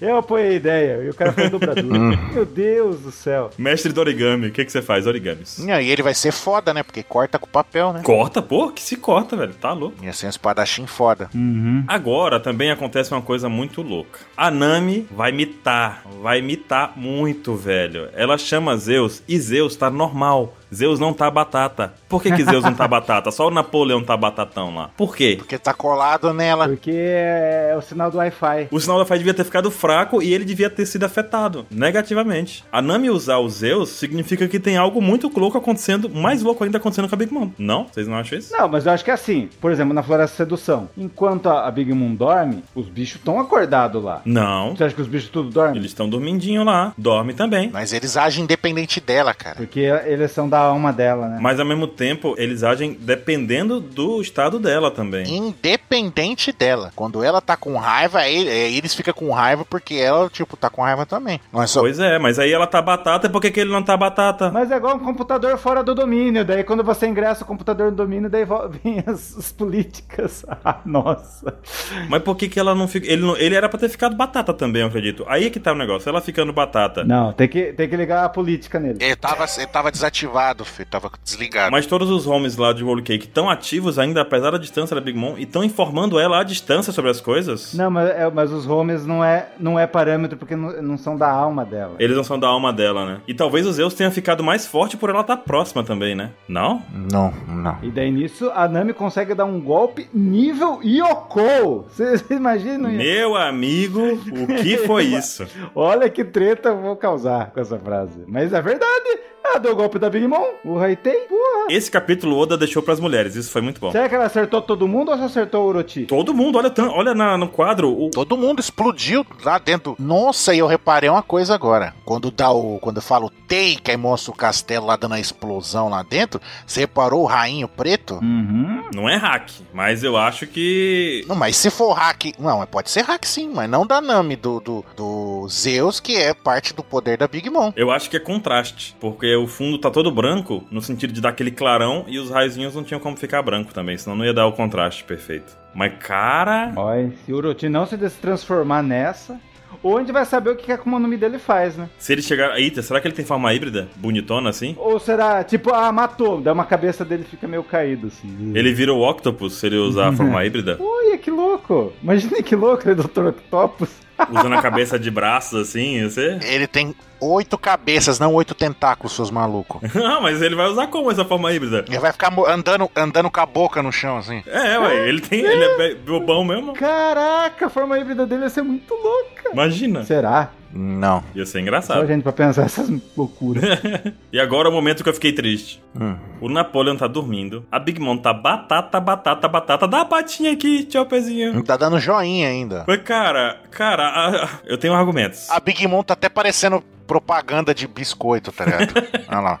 [SPEAKER 1] eu apoiei a ideia. E o cara foi dobrador. Meu Deus do céu.
[SPEAKER 3] Mestre do origami, o que, que você faz? Origamis.
[SPEAKER 2] Não, E ele vai ser foda, né? Porque corta com papel, né?
[SPEAKER 3] Corta, pô, que se corta, velho. Tá louco.
[SPEAKER 2] Ia ser um espadachim foda.
[SPEAKER 1] Uhum.
[SPEAKER 3] Agora também acontece uma coisa muito louca. A Nami vai imitar, vai imitar muito, velho. Ela chama Zeus e Zeus tá normal. Zeus não tá batata. Por que, que Zeus não tá batata? Só o Napoleão tá batatão lá. Por quê?
[SPEAKER 2] Porque tá colado nela.
[SPEAKER 1] Porque é o sinal do Wi-Fi.
[SPEAKER 3] O sinal da fé devia ter ficado fraco e ele devia ter sido afetado negativamente. A Nami usar o Zeus significa que tem algo muito louco acontecendo, mais louco ainda acontecendo com a Big Mom. Não? Vocês não acham isso?
[SPEAKER 1] Não, mas eu acho que é assim. Por exemplo, na Floresta Sedução. Enquanto a a Big Moon dorme, os bichos estão acordados lá.
[SPEAKER 3] Não.
[SPEAKER 1] Você acha que os bichos tudo dormem?
[SPEAKER 3] Eles estão dormindinho lá. Dorme também.
[SPEAKER 2] Mas eles agem independente dela, cara.
[SPEAKER 1] Porque eles são da alma dela, né?
[SPEAKER 3] Mas ao mesmo tempo, eles agem dependendo do estado dela também.
[SPEAKER 2] Independente dela. Quando ela tá com raiva, aí- aí eles ficam com raiva porque ela, tipo, tá com raiva também. Não é só.
[SPEAKER 3] Pois é, mas aí ela tá batata, por que, que ele não tá batata?
[SPEAKER 1] Mas é igual um computador fora do domínio. Daí quando você ingressa o computador no domínio, daí vo- [laughs] vem as, as políticas. [laughs] Ah, nossa.
[SPEAKER 3] Mas por que, que ela não fica. Ele, não- ele era pra ter ficado batata também, eu acredito. Aí é que tá o negócio, ela ficando batata.
[SPEAKER 1] Não, tem que, tem que ligar a política nele.
[SPEAKER 2] Ele tava, ele tava desativado, filho. Tava desligado.
[SPEAKER 3] Mas todos os homens lá de World Cake estão ativos ainda, apesar da distância da Big Mom, e estão informando ela à distância sobre as coisas?
[SPEAKER 1] Não, mas, é- mas os homens não é, é, não é parâmetro porque não, não são da alma dela.
[SPEAKER 3] Eles não são da alma dela, né? E talvez o Zeus tenha ficado mais forte por ela estar próxima também, né? Não?
[SPEAKER 2] Não, não.
[SPEAKER 1] E daí nisso, a Nami consegue dar um golpe nível Yoko. Vocês [laughs] imaginam isso?
[SPEAKER 3] Meu amigo, o que foi isso?
[SPEAKER 1] Olha que treta eu vou causar com essa frase. Mas é verdade. Ela deu o golpe da Big Mom, o Raitei, porra.
[SPEAKER 3] Esse capítulo Oda deixou pras mulheres, isso foi muito bom.
[SPEAKER 1] Será que ela acertou todo mundo ou só acertou o Orochi?
[SPEAKER 3] Todo mundo, olha, tan- olha na- no quadro, o,
[SPEAKER 2] Todo mundo explodiu lá dentro. Nossa, e eu reparei uma coisa agora. Quando dá o. Quando eu falo tem, que aí mostra o castelo lá dando a explosão lá dentro, você reparou o rainho preto?
[SPEAKER 1] Uhum.
[SPEAKER 3] não é hack, mas eu acho que
[SPEAKER 2] Não, mas se for hack. Não, mas pode ser hack sim, mas não da Nami, do, do, do Zeus, que é parte do poder da Big Mom.
[SPEAKER 3] eu acho que é contraste, porque o fundo tá todo branco, no sentido de dar aquele clarão, e os raiozinhos não tinham como ficar branco também, senão não ia dar o contraste perfeito. Mas, cara,
[SPEAKER 1] Olha, se o Orochi não se transformar nessa, ou a gente vai saber o que a Akuma no Mi dele faz, né?
[SPEAKER 3] se ele chegar. Eita, será que ele tem forma híbrida? Bonitona assim?
[SPEAKER 1] Ou será, tipo, ah, matou, dá uma cabeça dele fica meio caído, assim.
[SPEAKER 3] Ele vira o Octopus se ele usar a forma híbrida?
[SPEAKER 1] Olha, que louco! Imagina que louco, né, Dr. Octopus?
[SPEAKER 3] Usando a cabeça de braços assim, você. [laughs]
[SPEAKER 2] Ele tem oito cabeças, não oito tentáculos, seus malucos.
[SPEAKER 3] Ah, mas ele vai usar como essa forma híbrida?
[SPEAKER 2] Ele vai ficar mo- andando, andando com a boca no chão, assim.
[SPEAKER 3] É, ué, ele tem. Ele é be- bobão mesmo?
[SPEAKER 1] Caraca, a forma híbrida dele ia ser muito louca!
[SPEAKER 3] Imagina.
[SPEAKER 1] Será?
[SPEAKER 2] Não.
[SPEAKER 3] Ia ser
[SPEAKER 1] Só a
[SPEAKER 3] engraçado.
[SPEAKER 1] gente pra pensar essas loucuras.
[SPEAKER 3] [laughs] E agora é o momento que eu fiquei triste.
[SPEAKER 2] Hum.
[SPEAKER 3] O Napoleon tá dormindo. A Big Mom tá batata, batata, batata. Dá a patinha aqui, tchau, pezinho.
[SPEAKER 2] Não tá dando joinha ainda.
[SPEAKER 3] Mas, cara, cara, a- a- eu tenho argumentos.
[SPEAKER 2] A Big Mom tá até parecendo propaganda de biscoito, tá ligado? Olha lá.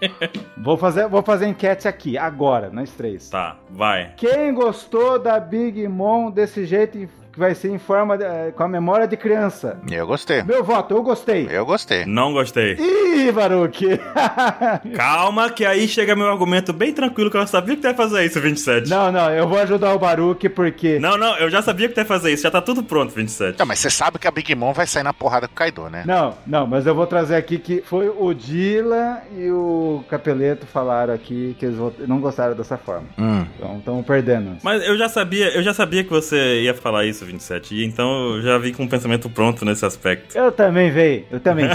[SPEAKER 1] vou, fazer, vou fazer enquete aqui, agora, nós três.
[SPEAKER 3] Tá, vai.
[SPEAKER 1] Quem gostou da Big Mom desse jeito em- que vai ser em forma de- eh, com a memória de criança?
[SPEAKER 2] Eu gostei.
[SPEAKER 1] Meu voto, eu gostei.
[SPEAKER 2] Eu gostei.
[SPEAKER 3] Não gostei.
[SPEAKER 1] Ih, Baruque! [laughs]
[SPEAKER 3] Calma, que aí chega meu argumento bem tranquilo, que eu sabia que tu ia fazer isso, 27.
[SPEAKER 1] não, não, eu vou ajudar o Baruque porque.
[SPEAKER 3] não, não, eu já sabia que tu ia fazer isso. Já tá tudo pronto, 27.
[SPEAKER 2] Tá, mas você sabe que a Big Mom vai sair na porrada com o Kaido, né?
[SPEAKER 1] Não, não, mas eu vou trazer aqui que foi o Dila e o Capeleto falaram aqui que eles vo- não gostaram dessa forma.
[SPEAKER 2] Hum.
[SPEAKER 1] Então estão perdendo.
[SPEAKER 3] Mas eu já sabia, eu já sabia que você ia falar isso, 27. E então eu já vim com um pensamento pronto nesse aspecto.
[SPEAKER 2] [laughs]
[SPEAKER 1] Eu também veio, eu também
[SPEAKER 3] [laughs]
[SPEAKER 1] vi.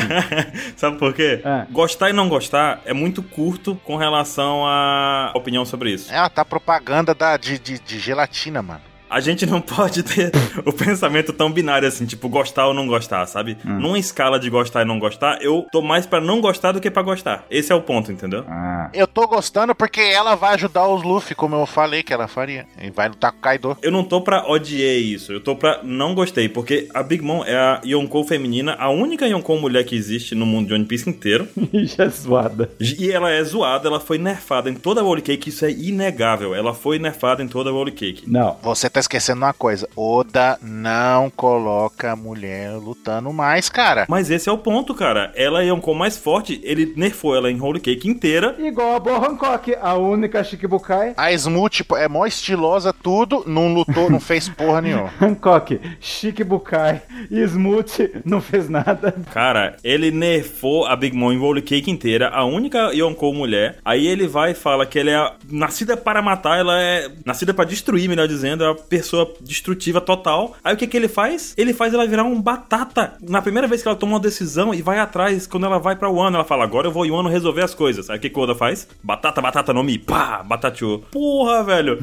[SPEAKER 3] Sabe por quê?
[SPEAKER 2] É.
[SPEAKER 1] Ah.
[SPEAKER 3] Gostar e não gostar é muito curto com relação à opinião sobre isso.
[SPEAKER 2] Ela tá propaganda da, de, de, de gelatina, mano.
[SPEAKER 3] A gente não pode ter o pensamento tão binário assim, tipo gostar ou não gostar, sabe? Numa escala de gostar e não gostar, eu tô mais pra não gostar do que pra gostar. Esse é o ponto, entendeu?
[SPEAKER 1] Ah.
[SPEAKER 2] Eu tô gostando porque ela vai ajudar os Luffy, como eu falei que ela faria. E vai lutar com o Kaido.
[SPEAKER 3] Eu não tô pra odiar isso, eu tô pra não gostei, porque a Big Mom é a Yonkou feminina, a única Yonkou mulher que existe no mundo de One Piece inteiro. é
[SPEAKER 1] Já zoada.
[SPEAKER 3] E ela é zoada, ela foi nerfada em toda a Holy Cake, isso é inegável. Ela foi nerfada em toda a Holy Cake.
[SPEAKER 1] Não.
[SPEAKER 2] Você tá esquecendo uma coisa. Oda não coloca a mulher lutando mais, cara.
[SPEAKER 3] Mas esse é o ponto, cara. Ela é um com mais forte, ele nerfou ela em Holy Cake inteira.
[SPEAKER 1] Igual a Bo Hancock, a única Shikibukai.
[SPEAKER 2] A Smooth tipo, é mó estilosa, tudo, não lutou, não fez porra nenhuma.
[SPEAKER 1] Hancock, Shikibukai e Smooth não fez nada.
[SPEAKER 3] Cara, ele nerfou a Big Mom em Holy Cake inteira, a única Yonkou mulher. Aí ele vai e fala que ela é a- nascida para matar, ela é nascida para destruir, melhor dizendo, é uma pessoa destrutiva total. Aí o que que ele faz? Ele faz ela virar um batata. Na primeira vez que ela toma uma decisão e vai atrás, quando ela vai pra Wano, ela fala: "Agora eu vou em Wano resolver as coisas". Aí o que que o Oda faz? Batata, batata, nome, pá, batateou. Porra, velho.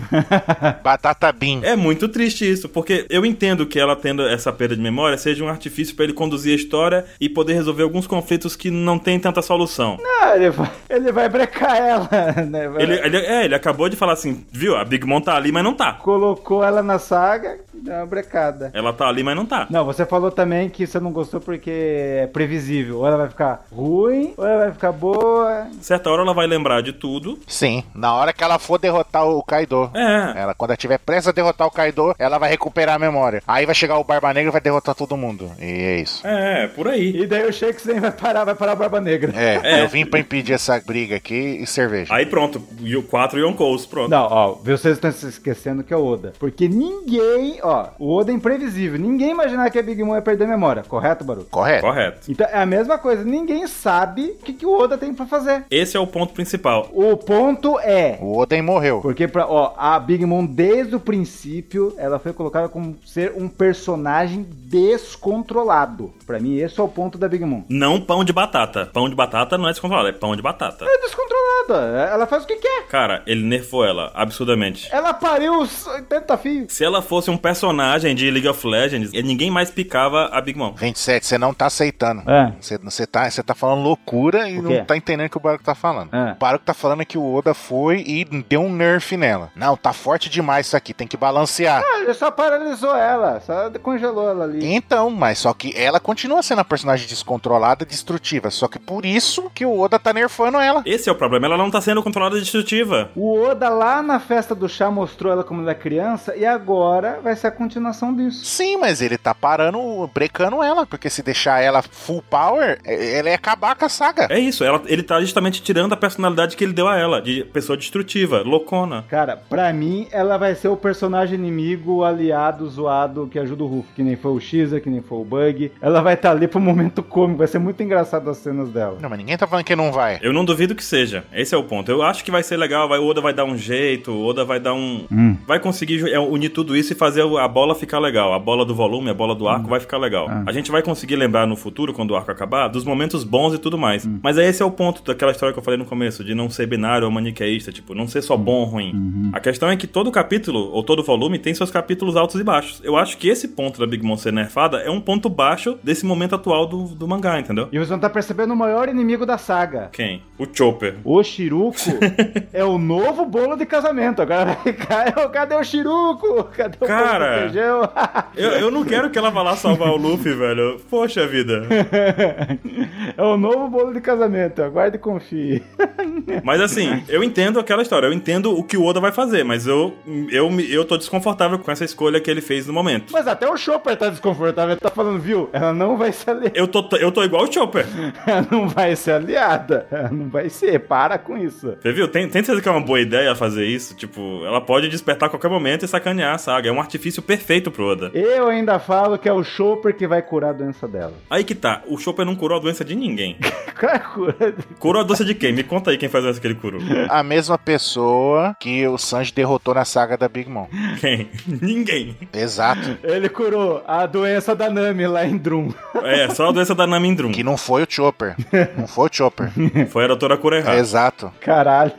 [SPEAKER 2] Batata Bean.
[SPEAKER 3] É muito triste isso, porque eu entendo que ela tendo essa perda de memória seja um artifício pra ele conduzir a história e poder resolver alguns conflitos que não tem tanta solução.
[SPEAKER 1] Ah, ele vai, ele vai brecar ela, né? Vai-
[SPEAKER 3] Ele, ele- é, ele acabou de falar assim, viu? A Big Mom tá ali, mas não tá.
[SPEAKER 1] Colocou ela na saga e deu uma brecada.
[SPEAKER 3] Ela tá ali, mas não tá.
[SPEAKER 1] Não, você falou também que você não gostou porque é previsível. Ou ela vai ficar ruim, ou ela vai ficar boa.
[SPEAKER 3] Certa hora ela vai lembrar de tudo.
[SPEAKER 2] Sim, na hora que ela for derrotar o Kaido.
[SPEAKER 3] É.
[SPEAKER 2] Ela, quando ela tiver presa a derrotar o Kaido, ela vai recuperar a memória. Aí vai chegar o Barba Negra e vai derrotar todo mundo. E é isso.
[SPEAKER 3] É, por aí.
[SPEAKER 1] E daí o Shakespeare vai parar, vai parar a Barba Negra.
[SPEAKER 2] É,
[SPEAKER 3] É.
[SPEAKER 2] eu vim pra impedir essa briga aqui e cerveja.
[SPEAKER 3] Aí pronto, e o 4 Yonkous, pronto.
[SPEAKER 1] Não, ó, vocês estão se esquecendo que é o Oda. Porque ninguém, ó, ó, o Oda é imprevisível. Ninguém imaginar que a Big Mom ia perder a memória, correto, Baru?
[SPEAKER 2] Correto.
[SPEAKER 3] Correto.
[SPEAKER 1] Então é a mesma coisa, ninguém sabe o que, que o Oda tem pra fazer.
[SPEAKER 3] Esse é o ponto principal.
[SPEAKER 1] O ponto é.
[SPEAKER 2] O Oden morreu.
[SPEAKER 1] Porque, pra, ó, a Big Mom, desde o princípio, ela foi colocada como ser um personagem descontrolado. Pra mim, esse é o ponto da Big Mom.
[SPEAKER 3] Não pão de batata. Pão de batata não é descontrolado, é pão de batata.
[SPEAKER 1] É descontrolada, ela faz o que quer.
[SPEAKER 3] Cara, ele nerfou ela, absurdamente.
[SPEAKER 1] Ela pariu os 80 filhos.
[SPEAKER 3] Se ela fosse um personagem de League of Legends, ninguém mais picava a Big Mom.
[SPEAKER 2] 27, você não tá aceitando.
[SPEAKER 1] É.
[SPEAKER 2] Você, você, tá, você tá falando loucura e
[SPEAKER 1] O quê?
[SPEAKER 2] não tá entendendo o que o Baruco tá falando.
[SPEAKER 1] É.
[SPEAKER 2] O Baruco tá falando que o Oda foi e deu um nerf nela. Não, tá forte demais isso aqui, tem que balancear.
[SPEAKER 1] Ah, Ele só paralisou ela, só congelou ela ali.
[SPEAKER 2] Então, mas só que ela continua sendo a personagem descontrolada, destrutiva. Só que por isso que o Oda tá nerfando ela.
[SPEAKER 3] Esse é o problema, ela não tá sendo controlada e destrutiva.
[SPEAKER 1] O Oda lá na festa do chá mostrou ela como ela é criança e agora vai ser a continuação disso.
[SPEAKER 2] Sim, mas ele tá parando, brecando ela. Porque se deixar ela full power, é- ela ia acabar com a saga.
[SPEAKER 3] É isso, ela- ele tá justamente tirando a personalidade que ele deu a ela, de pessoa destrutiva, loucona.
[SPEAKER 1] Cara, pra mim, ela vai ser o personagem inimigo, aliado, zoado, que ajuda o Ruff. Que nem foi o Xer, que nem foi o Bug. Ela vai estar ali pro momento cômico, vai ser muito engraçado as cenas dela.
[SPEAKER 2] Não, mas ninguém tá falando que não vai.
[SPEAKER 3] Eu não duvido que seja. Esse é o ponto. Eu acho que vai ser legal, vai, o Oda vai dar um jeito, o Oda vai dar um.
[SPEAKER 1] Hum.
[SPEAKER 3] Vai conseguir ju- é, unir tudo isso e fazer o- a bola ficar legal. A bola do volume, a bola do arco vai ficar legal.
[SPEAKER 1] Ah.
[SPEAKER 3] A gente vai conseguir lembrar no futuro, quando o arco acabar, dos momentos bons e tudo mais. Mas é esse é o ponto daquela história que eu falei no começo, de não ser binário ou maniqueísta, tipo, não ser só bom ou ruim. A questão é que todo capítulo, ou todo volume, tem seus capítulos altos e baixos. Eu acho que esse ponto da Big Mom ser nerfada é um ponto baixo desse momento atual do, do mangá, entendeu?
[SPEAKER 1] E vocês vão estar percebendo o maior inimigo da saga.
[SPEAKER 3] Quem? O Chopper.
[SPEAKER 1] O Chiruco é o novo bolo de casamento. Agora vai ficar. "Ô, Cadê o Chiruco? Cadê o
[SPEAKER 3] Cara.
[SPEAKER 1] bolo de feijão? [laughs]
[SPEAKER 3] Eu, eu não quero que ela vá lá salvar o Luffy, [laughs] velho. Poxa vida.
[SPEAKER 1] é o novo bolo de casamento. Aguarde e confie.
[SPEAKER 2] [laughs]
[SPEAKER 3] Mas assim, eu entendo aquela história. Eu entendo o que o Oda vai fazer, mas eu, eu, me- eu tô desconfortável com essa escolha que ele fez no momento.
[SPEAKER 1] Mas até o Chopper tá desconfortável. Ele tá falando, viu? Ela não vai se aliar.
[SPEAKER 3] Eu tô, eu tô igual o Chopper.
[SPEAKER 1] Ela [laughs] não vai ser aliada. [laughs] Ela não vai ser. Para com isso.
[SPEAKER 3] Você viu? Tem, tem certeza que é uma boa ideia fazer isso? Tipo, ela pode despertar a qualquer momento e sacanear a saga. É um artifício perfeito pro Oda.
[SPEAKER 1] Eu ainda falo que é o Chopper que vai curar a doença dela. [laughs]
[SPEAKER 3] Aí que tá, o Chopper não curou a doença de ninguém.
[SPEAKER 1] Claro, cura.
[SPEAKER 3] Curou a doença de quem? Me conta aí quem faz a doença que ele curou.
[SPEAKER 2] A mesma pessoa que o Sanji derrotou na saga da Big Mom.
[SPEAKER 3] Quem? [laughs] Ninguém.
[SPEAKER 2] Exato.
[SPEAKER 1] Ele curou a doença da Nami lá em Drum. [laughs]
[SPEAKER 3] É, só a doença da Namindrum.
[SPEAKER 2] Que não foi o Chopper. Não foi o Chopper.
[SPEAKER 3] Foi a doutora cura errada.
[SPEAKER 2] Exato.
[SPEAKER 1] Caralho.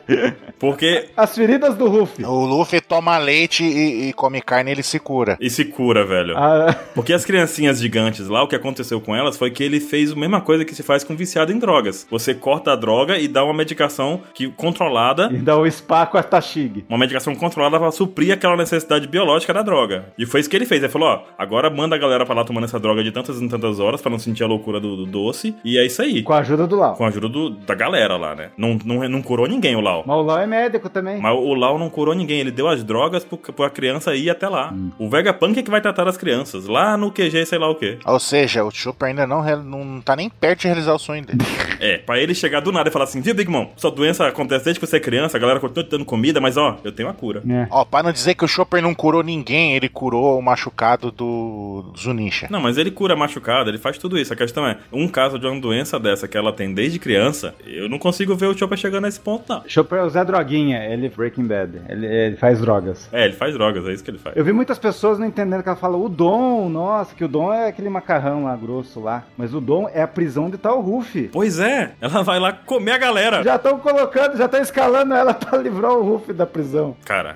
[SPEAKER 3] Porque
[SPEAKER 1] As feridas do Ruffy.
[SPEAKER 2] O Luffy toma leite e, e come carne ele se cura.
[SPEAKER 3] E se cura, velho.
[SPEAKER 1] A-
[SPEAKER 3] Porque as criancinhas gigantes lá, o que aconteceu com elas foi que ele fez a mesma coisa que se faz com um viciado em drogas. Você corta a droga e dá uma medicação que controlada.
[SPEAKER 1] E dá o spa com a Tashig.
[SPEAKER 3] Uma medicação controlada pra suprir aquela necessidade biológica da droga. E foi isso que ele fez. Ele falou: ó, agora manda a galera pra lá tomando essa droga de tantas em tantas horas pra não sentir a loucura do, do doce. E é isso aí.
[SPEAKER 1] Com a ajuda do Lau.
[SPEAKER 3] Com a ajuda do- da galera lá, né? Não, não, não curou ninguém o Lau.
[SPEAKER 1] Mas o Lau é médico também.
[SPEAKER 3] Mas o Lau não curou ninguém, ele deu as drogas pro- pra criança ir até lá. O Vegapunk é que vai tratar as crianças, lá no QG, sei lá o quê.
[SPEAKER 2] Ou seja, o Chopper ainda não, re- não tá nem perto de realizar o sonho dele.
[SPEAKER 3] É, pra ele chegar do nada e falar assim, viu, Big Mom, sua doença acontece desde que você é criança, a galera continua te dando comida, mas ó, eu tenho a cura.
[SPEAKER 1] É.
[SPEAKER 2] Ó, pra não dizer que o Chopper não curou ninguém, ele curou o machucado do Zunisha.
[SPEAKER 3] Não, mas ele cura machucado, ele faz tudo isso. A questão é, um caso de uma doença dessa que ela tem desde criança, eu não consigo ver o Chopper chegando a esse ponto, não.
[SPEAKER 1] Chopper é o Zé Droguinha. Ele Breaking Bad. Ele, ele faz drogas.
[SPEAKER 3] É, ele faz drogas, é isso que ele faz.
[SPEAKER 1] Eu vi muitas pessoas não entendendo que ela fala o Dom, nossa, que o Dom é aquele macarrão lá grosso lá. Mas o Dom é a prisão de tal Ruffy.
[SPEAKER 3] Pois é, ela vai lá comer a galera.
[SPEAKER 1] Já estão colocando, já estão escalando ela pra livrar o Ruffy da prisão.
[SPEAKER 3] Cara.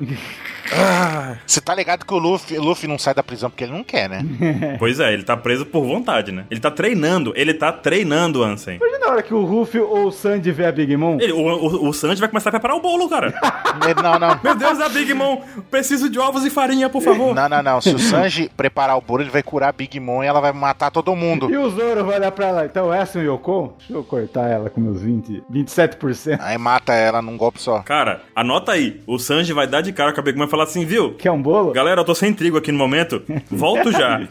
[SPEAKER 3] Ah,
[SPEAKER 2] Você tá ligado que o Luffy, o Luffy não sai da prisão porque ele não quer, né?
[SPEAKER 3] pois é, ele tá preso por vontade, né? Ele tá treinando, ele tá treinando, Ansem.
[SPEAKER 1] Imagina a hora que o Ruffy ou o Sandy vê a Big Mom.
[SPEAKER 3] Ele- o, o, o Sanji vai começar a preparar o bolo, cara.
[SPEAKER 2] Ele- Não, não.
[SPEAKER 3] Meu Deus, a Big Mom, preciso de ovos e farinha, por favor.
[SPEAKER 2] Não, não, não. Se o Sanji preparar o bolo, ele vai curar a Big Mom e ela vai matar todo mundo.
[SPEAKER 1] E o Zoro vai olhar pra lá. Então essa é um Yoko? Deixa eu cortar ela com meus 20, 27%.
[SPEAKER 2] Aí mata ela num golpe só.
[SPEAKER 3] Cara, anota aí. O Sanji vai dar de cara com a Big Mom e falar assim, viu?
[SPEAKER 1] [laughs] Quer um bolo?
[SPEAKER 3] Galera, eu tô sem trigo aqui no momento. Volto já.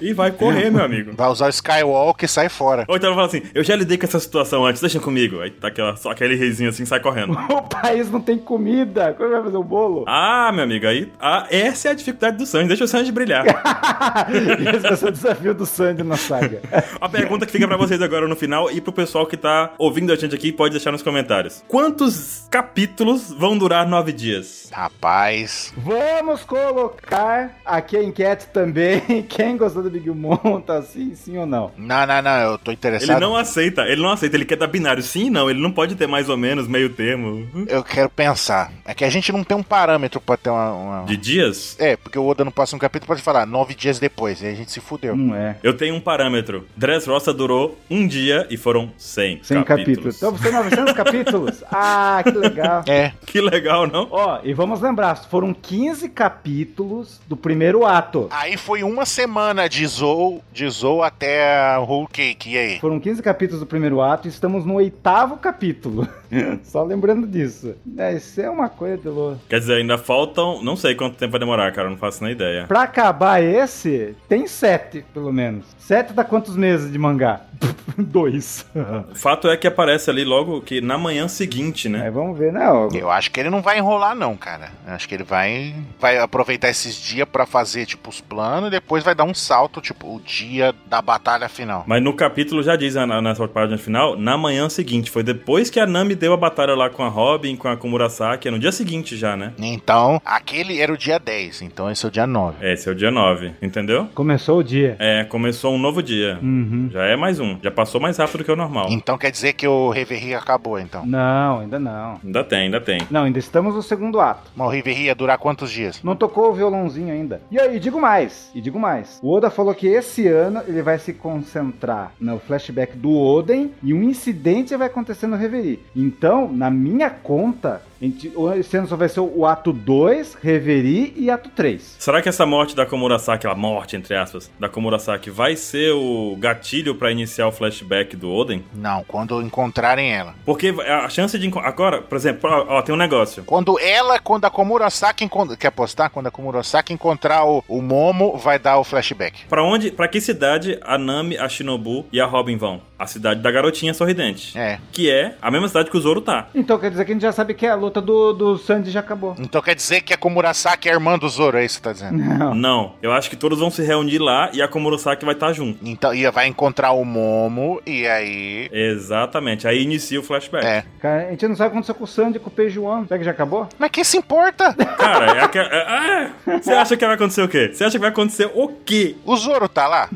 [SPEAKER 3] e vai correr, meu amigo.
[SPEAKER 2] Vai usar o Skywalk e sai fora.
[SPEAKER 3] Ou então ela fala assim, eu já lidei com essa situação antes, deixa comigo. Aí tá aquela, só aquele risinho assim, sai correndo.
[SPEAKER 1] O país não tem comida. Como vai fazer um bolo?
[SPEAKER 3] Ah, meu amigo, aí ah, essa é a dificuldade do Sanji. Deixa o Sanji brilhar. Ah.
[SPEAKER 1] [laughs] Esse vai ser o desafio do Sandy na
[SPEAKER 3] [laughs]
[SPEAKER 1] saga.
[SPEAKER 3] a pergunta que fica pra vocês agora no final e pro pessoal que tá ouvindo a gente aqui, pode deixar nos comentários. Quantos capítulos vão durar nove dias?
[SPEAKER 2] Rapaz.
[SPEAKER 1] Vamos colocar aqui a enquete também. [laughs] Quem gostou do Big Mom tá assim, sim ou não?
[SPEAKER 2] Não, não, não. Eu tô
[SPEAKER 3] Ele
[SPEAKER 2] interessado.
[SPEAKER 3] não é- aceita, ele não aceita, ele quer dar binário sim e não, ele não pode ter mais ou menos meio termo.
[SPEAKER 2] Eu quero pensar. É que a gente não tem um parâmetro pra ter uma. uma-
[SPEAKER 3] De dias?
[SPEAKER 2] É, porque o Oda no próximo capítulo pode falar nove dias depois. E aí a gente se fudeu.
[SPEAKER 1] Não é.
[SPEAKER 3] Eu tenho um parâmetro. Dressrosa durou um dia e foram 100,
[SPEAKER 1] 100 capítulos.
[SPEAKER 3] capítulos. [laughs]
[SPEAKER 1] Então você 900 capítulos? Ah, que legal.
[SPEAKER 2] É.
[SPEAKER 3] Que legal, não?
[SPEAKER 1] Ó, e vamos lembrar, foram 15 capítulos do primeiro ato.
[SPEAKER 2] Aí foi uma semana de Zou, de Zou até a Whole Cake. E aí?
[SPEAKER 1] Foram 15 capítulos do primeiro ato e estamos no oitavo capítulo. [laughs] Só lembrando disso. É, isso é uma coisa, Delô.
[SPEAKER 3] Quer dizer, ainda faltam. Não sei quanto tempo vai demorar, cara, não faço nem ideia.
[SPEAKER 1] Pra acabar esse, tem sete, pelo menos. Sete dá quantos meses de mangá? [laughs] Dois. [laughs]
[SPEAKER 3] O fato é que aparece ali logo que na manhã seguinte, né?
[SPEAKER 1] Aí vamos ver, não.
[SPEAKER 2] Eu acho que ele não vai enrolar, não, cara. Eu acho que ele vai, vai aproveitar esses dias pra fazer, tipo, os planos e depois vai dar um salto, tipo, o dia da batalha final.
[SPEAKER 3] Mas no capítulo já diz né, na- nessa página final, na manhã seguinte. Foi depois que a Nami deu a batalha lá com a Robin, com a Komurasaki, é no dia seguinte já, né?
[SPEAKER 2] Então, aquele era o dia 10, então esse é o dia 9.
[SPEAKER 3] Esse é o dia 9, entendeu?
[SPEAKER 1] Começou o dia.
[SPEAKER 3] É, começou um novo dia.
[SPEAKER 1] Uhum.
[SPEAKER 3] Já é mais um. Já passou mais rápido que o normal.
[SPEAKER 2] Então quer dizer que o Reverie acabou, então.
[SPEAKER 1] Não, ainda não.
[SPEAKER 3] Ainda tem, ainda tem.
[SPEAKER 1] Não, ainda estamos no segundo ato.
[SPEAKER 2] Mas o Reverie ia durar quantos dias?
[SPEAKER 1] Não tocou o violãozinho ainda. E aí, digo mais, e digo mais. O Oda falou que esse ano ele vai se concentrar no flashback do Oden e um incidente vai acontecer no Reverie. Então, na minha conta, a gente- esse ano só vai ser o ato 2, Reverie e ato 3.
[SPEAKER 3] Será que essa morte da Komurasaki, a morte, entre aspas, da Komurasaki, vai ser o gatilho pra iniciar o flashback do Oden?
[SPEAKER 2] Não, quando encontrarem ela.
[SPEAKER 3] Porque a chance de. enco- Agora, por exemplo, ó, ó, tem um negócio.
[SPEAKER 2] Quando ela, quando a Komurasaki encontra. Quer apostar? Quando a Komurasaki encontrar o, o Momo, vai dar o flashback.
[SPEAKER 3] Pra onde, Pra que cidade a Nami, a Shinobu e a Robin vão? A cidade da garotinha sorridente.
[SPEAKER 2] É.
[SPEAKER 3] Que é a mesma cidade que o Zoro tá.
[SPEAKER 1] Então quer dizer que a gente já sabe que a luta do, do Sandy já acabou. [laughs]
[SPEAKER 2] Então quer dizer que a Komurasaki é a irmã do Zoro, é isso que você tá dizendo?
[SPEAKER 3] Não, eu acho que todos vão se reunir lá e a Komurasaki vai estar junto.
[SPEAKER 2] Então, e vai encontrar o Momo, e aí.
[SPEAKER 3] Exatamente, aí inicia o flashback.
[SPEAKER 2] É.
[SPEAKER 1] Cara, a gente não sabe o que aconteceu com o Sandy, com o Peijuan. Será que já acabou?
[SPEAKER 2] Mas quem se importa?
[SPEAKER 3] Cara, é aquela. é- é. Você acha que vai acontecer o quê? Você acha que vai acontecer o quê?
[SPEAKER 2] O Zoro tá lá?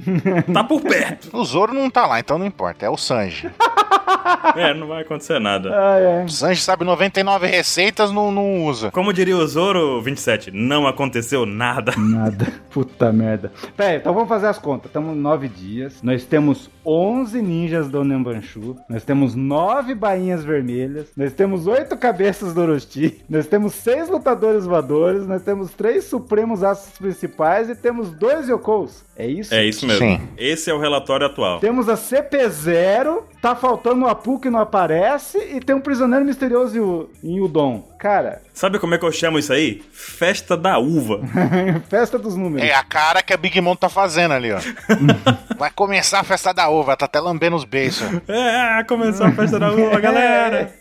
[SPEAKER 3] Tá por
[SPEAKER 2] [laughs]
[SPEAKER 3] perto.
[SPEAKER 2] O Zoro não tá lá, então não importa. É o Sanji.
[SPEAKER 3] É, não vai acontecer nada.
[SPEAKER 1] Ai, ai.
[SPEAKER 2] O Sanji sabe 99 receitas, não, não usa.
[SPEAKER 3] Como diria o Zoro 27, não aconteceu nada.
[SPEAKER 1] Nada. [laughs] Puta merda. Pera aí, então vamos fazer as contas. Estamos nove dias. Nós temos 11 ninjas do Onenbanshu. Nós temos nove bainhas vermelhas. Nós temos oito cabeças do Orochi. Nós temos seis lutadores voadores. Nós temos três supremos astros principais. E temos dois Yokos. É isso?
[SPEAKER 3] É isso mesmo.
[SPEAKER 2] Sim.
[SPEAKER 3] Esse é o relatório atual.
[SPEAKER 1] Temos a CP0, tá faltando o Apu que não aparece, e tem um prisioneiro misterioso em U- em Udon. Cara, [laughs]
[SPEAKER 3] Sabe como é que eu chamo isso aí? Festa da uva.
[SPEAKER 1] festa dos números.
[SPEAKER 2] É a cara que a Big Mom tá fazendo ali, ó. Vai começar a festa da uva, tá até lambendo os beijos.
[SPEAKER 3] É, começou a festa da
[SPEAKER 1] [laughs]
[SPEAKER 3] uva, galera.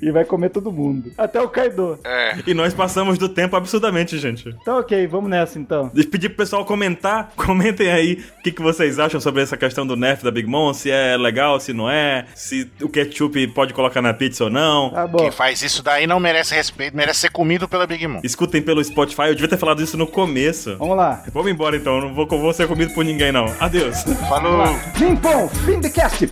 [SPEAKER 1] e vai comer todo mundo. Até o Kaido.
[SPEAKER 3] E nós passamos do tempo absurdamente, gente.
[SPEAKER 1] Então, ok, vamos nessa então.
[SPEAKER 3] E Pedir pro pessoal comentar, [laughs] comentem aí o que, que vocês acham sobre essa questão do nerf da Big Mom, se é legal, se não é, se o ketchup pode colocar na pizza ou não.
[SPEAKER 1] Tá bom.
[SPEAKER 2] Quem faz isso daí não merece respeito, merece ser comido pela Big Mom.
[SPEAKER 3] Escutem pelo Spotify, eu devia ter falado isso no começo.
[SPEAKER 1] Vamos lá.
[SPEAKER 3] Vamos embora então, eu não vou, vou ser comido por ninguém não. Adeus.
[SPEAKER 2] Falou!
[SPEAKER 1] Limpão, fim de cast.